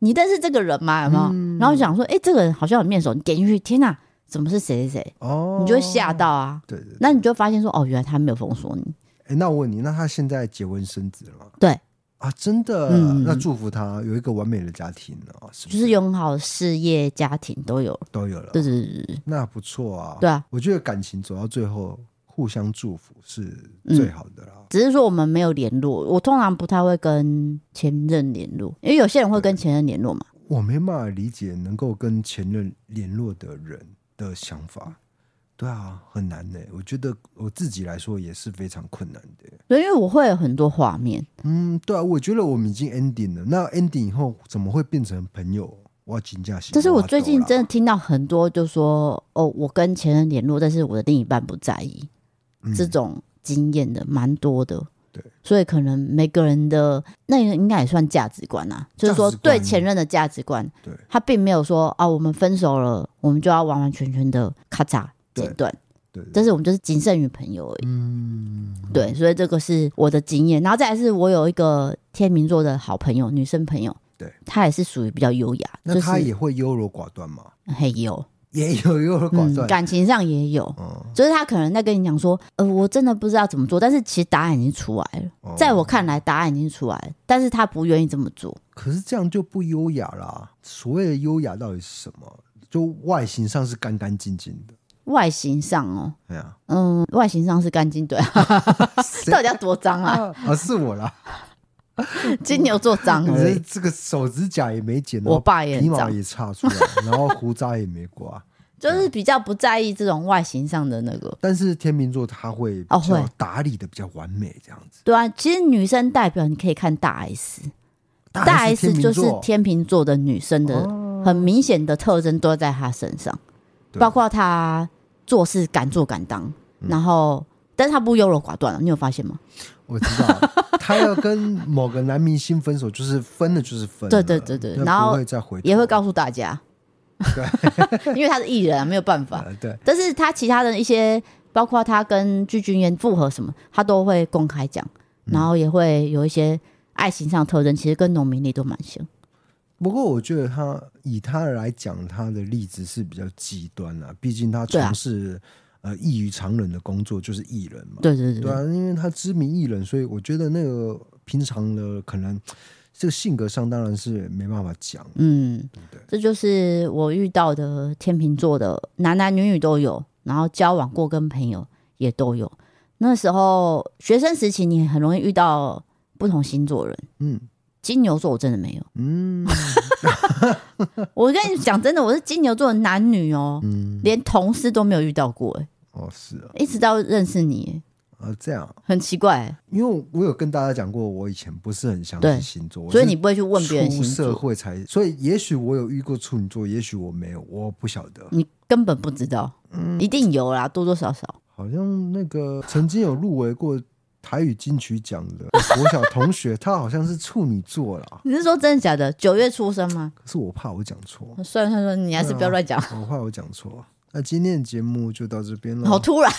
A: 你认识这个人吗？有没有？然后想说，哎、这个人好像很面熟，你点进去，天哪，怎么是谁谁谁？
B: 哦，
A: 你就会吓。到啊。
B: 对对对
A: 那你就发现说，哦，原来他没有封锁你，
B: 哎，那我问你，那他现在结婚生子了吗？
A: 对
B: 啊，真的，
A: 嗯
B: 那祝福他有一个完美的家庭哦，是不
A: 就是是有很好的事业、家庭都有。
B: 都有了，
A: 对对对对
B: 那不错啊。
A: 对啊，
B: 我觉得感情走到最后，互相祝福是最好的啦。
A: 只是说我们没有联络，我通常不太会跟前任联络，因为有些人会跟前任联络嘛。
B: 我没办法理解能够跟前任联络的人的想法。对啊，很难呢、我觉得我自己来说也是非常困难的、
A: 对，因为我会有很多画面，
B: 嗯，对啊，我觉得我们已经 ending 了，那 ending 以后怎么会变成朋友？我要惊讶
A: 这是我最近真的
B: 的，
A: 听到很多，就说哦，我跟前任联络，但是我的另一半不在意，
B: 嗯
A: 这种经验的蛮多的。
B: 对，
A: 所以可能每个人的那应该也算价值观啊，就是说
B: 价值观
A: 对前任的价值观，
B: 对
A: 他并没有说啊，我们分手了，我们就要完完全全的咔嚓
B: 对
A: 剪断，
B: 对，对
A: 但是我们就是谨慎于朋友而已。
B: 嗯，
A: 对，所以这个是我的经验。然后再来是我有一个天秤座的好朋友，女生朋友，
B: 对，
A: 她也是属于比较优雅，
B: 那
A: 就
B: 他
A: 是
B: 也会优柔寡断吗？
A: 很有，
B: 也有优柔寡
A: 嗯，
B: 断，
A: 感情上也有。
B: 嗯，
A: 就是她可能在跟你讲说，呃，我真的不知道怎么做，但是其实答案已经出来了，
B: 哦
A: 在我看来答案已经出来了，但是她不愿意这么做。
B: 可是这样就不优雅啦。所谓的优雅到底是什么？就外形上是干干净净的，
A: 外形上哦，
B: 哎呀、
A: 嗯，外形上是干净
B: [laughs]
A: 对啊，
B: 谁
A: 到底要多脏啊？
B: 啊啊是我啦，
A: [laughs] 金牛座脏
B: 可
A: 而
B: 是
A: 已，
B: 这个手指甲也没剪，
A: 哎我爸也
B: 然后皮
A: 很
B: 毛
A: 脏，
B: 也差
A: [laughs]
B: 出来，然后胡渣也没刮。
A: 就是比较不在意这种外形上的那个。
B: 但是天秤座他会
A: 哦
B: 比较
A: 会
B: 打理的比较完美，这样子。
A: 对啊，其实女生代表你可以看大 S，大 S
B: 啊天秤
A: 就是
B: 座哦
A: 天秤座的女生的很明显的特征都在她身上，
B: 对嗯
A: 包括她做事敢做敢当，然后但是她不优柔寡断了，你有发现吗？
B: 我知道，他要跟某个男明星分手，就是分了就是
A: [laughs]
B: 分了，
A: 对对对对
B: 那
A: 然后
B: 不会再回头，
A: 也会告诉大家， [laughs] 因为她是艺人啊，没有办法。
B: 呃对，
A: 但是她其他的一些，包括她跟具俊彦复合什么，她都会公开讲，
B: 嗯
A: 然后也会有一些爱情上的特征，其实跟农民力都蛮像。
B: 不过我觉得他以他来讲，他的例子是比较极端啊，毕竟他
A: 对啊
B: 从事、呃异于常人的工作，就是艺人嘛。
A: 对对对
B: 对啊，因为他知名艺人，所以我觉得那个平常的可能这个性格上当然是没办法讲。
A: 嗯
B: 对，
A: 这就是我遇到的天秤座的男男女女都有，然后交往过跟朋友也都有。那时候学生时期，你很容易遇到不同星座的人。
B: 嗯
A: 金牛座我真的没有， [laughs]
B: 嗯
A: 我跟你讲真的，我是金牛座的男女哦，
B: 嗯，
A: 连同事都没有遇到过、欸，
B: 哦是啊，
A: 一直到认识你、欸
B: 啊这样，
A: 很奇怪、欸
B: 因为我有跟大家讲过，我以前不是很相
A: 对
B: 信星座，
A: 所以你不会去问别人星
B: 出社
A: 座，
B: 会才，所以也许我有遇过处女座，也许我没有，我不晓得。
A: 你根本不知道，
B: 嗯
A: 一定有啦，多多少少。
B: 好像那个曾经有入围过台语金曲奖的 [laughs] 国小同学，他好像是处女座啦。
A: 你是说真的假的？九月出生吗？
B: 可是我怕我讲错，
A: 算了算了，你还
B: 啊
A: 是不要乱讲。
B: 我怕我讲错。那今天的节目就到这边
A: 好
B: 了，
A: 突然，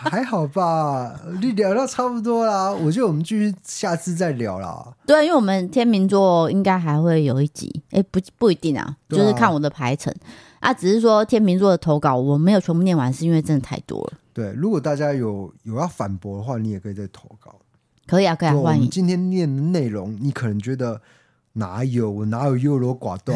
B: 还好吧？你聊到差不多啦，我觉得我们继续下次再聊啦。
A: 对，啊因为我们天秤座应该还会有一集，哎，不不一定啊，就
B: 对啊
A: 是看我的排程啊。只是说天秤座的投稿我没有全部念完，是因为真的太多了。
B: 对，如果大家有有要反驳的话，你也可以再投稿。
A: 可以啊，可以啊，
B: 就我
A: 欢
B: 们
A: 迎。
B: 今天念的内容，你可能觉得哪有我哪有优柔寡断，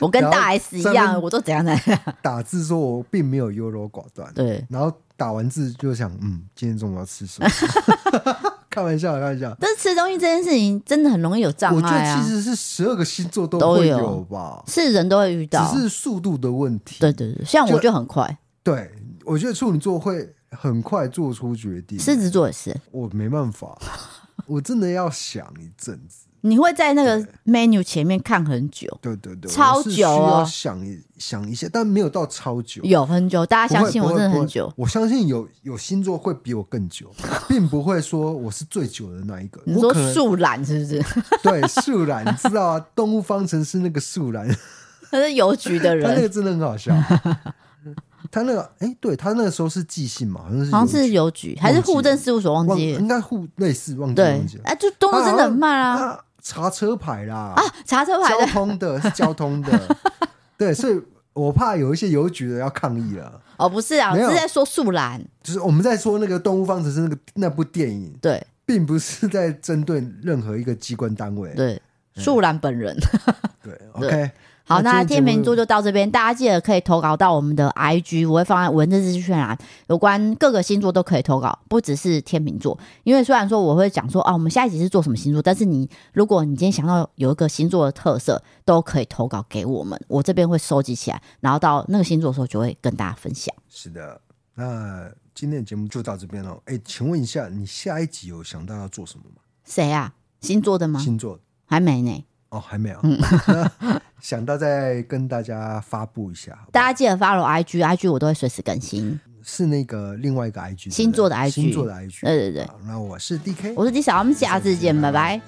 A: 我跟
B: 然后
A: 大 S 一
B: 这
A: 样，
B: 边
A: 我都怎样怎样。
B: 打字说我并没有优柔寡断，
A: 对，
B: 然后打完字就想，嗯，今天中午要
A: [laughs]
B: 吃什么？开玩笑，开玩笑。
A: [laughs] 但是吃东西这件事情真的很容易有障
B: 我觉
A: 碍
B: 得
A: 啊
B: 其，实是十二个星座都
A: 都
B: 会
A: 有
B: 有吧，
A: 是人都会遇到
B: 只。是速度的问题。
A: 对对对，像我
B: 就
A: 就很快，
B: 对，我觉得处女座会很快做出决定，
A: 狮子座也是，
B: 我没办
A: [laughs]
B: 法，我真的要想一阵子。
A: 你会在那个 menu 前面看很久，
B: 对对对，
A: 超
B: 我是
A: 久
B: 需要
A: 哦
B: 想一想一下，但没有到超久。
A: 有很久，大
B: 不
A: 家相
B: 会
A: 信
B: 不
A: 我，
B: 会
A: 真的
B: 不
A: 很
B: 会
A: 久。
B: 我相信有有星座会比我更久， [laughs] 并不会说我是最久的那一个。
A: 你
B: 我
A: 说
B: 可能
A: 树懒是不 [laughs] 是？
B: [laughs] 对树懒，你知道啊？动物方程式那个树
A: [laughs]
B: 懒，
A: 他是邮局的
B: 他那
A: 人
B: 个，真的很好笑。 [laughs] 他那个，哎、对他那个时候是寄信嘛，好像是
A: 好像
B: 邮
A: 是
B: 局
A: 邮局还是
B: 忘记
A: 户政事务所，忘
B: 忘，
A: 记
B: 应
A: 了。
B: 该互类似，忘记
A: 对
B: 忘记，了。
A: 哎，就动作真的很慢啊！
B: 啊，查车牌啦，
A: 啊，查车牌
B: 交
A: 的
B: 通的是交通
A: [laughs]
B: 的，对，所以我怕有一些邮局的要抗议了。
A: 哦，不是啊，我
B: 没有
A: 是在说树懒。
B: 就是我们在说那个《动物方程式》那个那部电影，
A: 对
B: 并不是在针对任何一个机关单位。
A: 对，树懒本人。
B: 对，OK，
A: 好，那天
B: 今天
A: 秤
B: 节目
A: 座就到这边，大家记得可以投稿到我们的 IG，我会放在文字资讯栏，有关各个星座都可以投稿，不只是天秤座。因为虽然说我会讲说啊，我们下一集是做什么星座，但是你如果你今天想到有一个星座的特色，都可以投稿给我们，我这边会收集起来，然后到那个星座的时候就会跟大家分享。
B: 是的，那今天的节目就到这边了。哎，请问一下，你下一集有想到要做什么吗？
A: 谁啊？星座的吗？嗯
B: 星座
A: 还没呢，
B: 哦，还没有，那 [laughs] 想到再跟大家发布一下。好不
A: 大
B: 好
A: 家记得 follow IG，IG 我都会随时更新。
B: 是那个另外一个 IG 对不对
A: 星座的 IG
B: 星座的 IG，
A: 对对对
B: 好那我是 DK，
A: 我是 D 小，我们下次见，拜拜。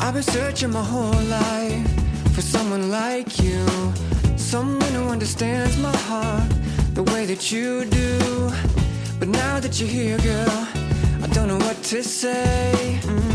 C: I've been searching my whole life for someone like you. Someone who understands my heart the way that you do. But now that you're here, girl, I don't know what to say. Mm. Oh, Uh, Mm,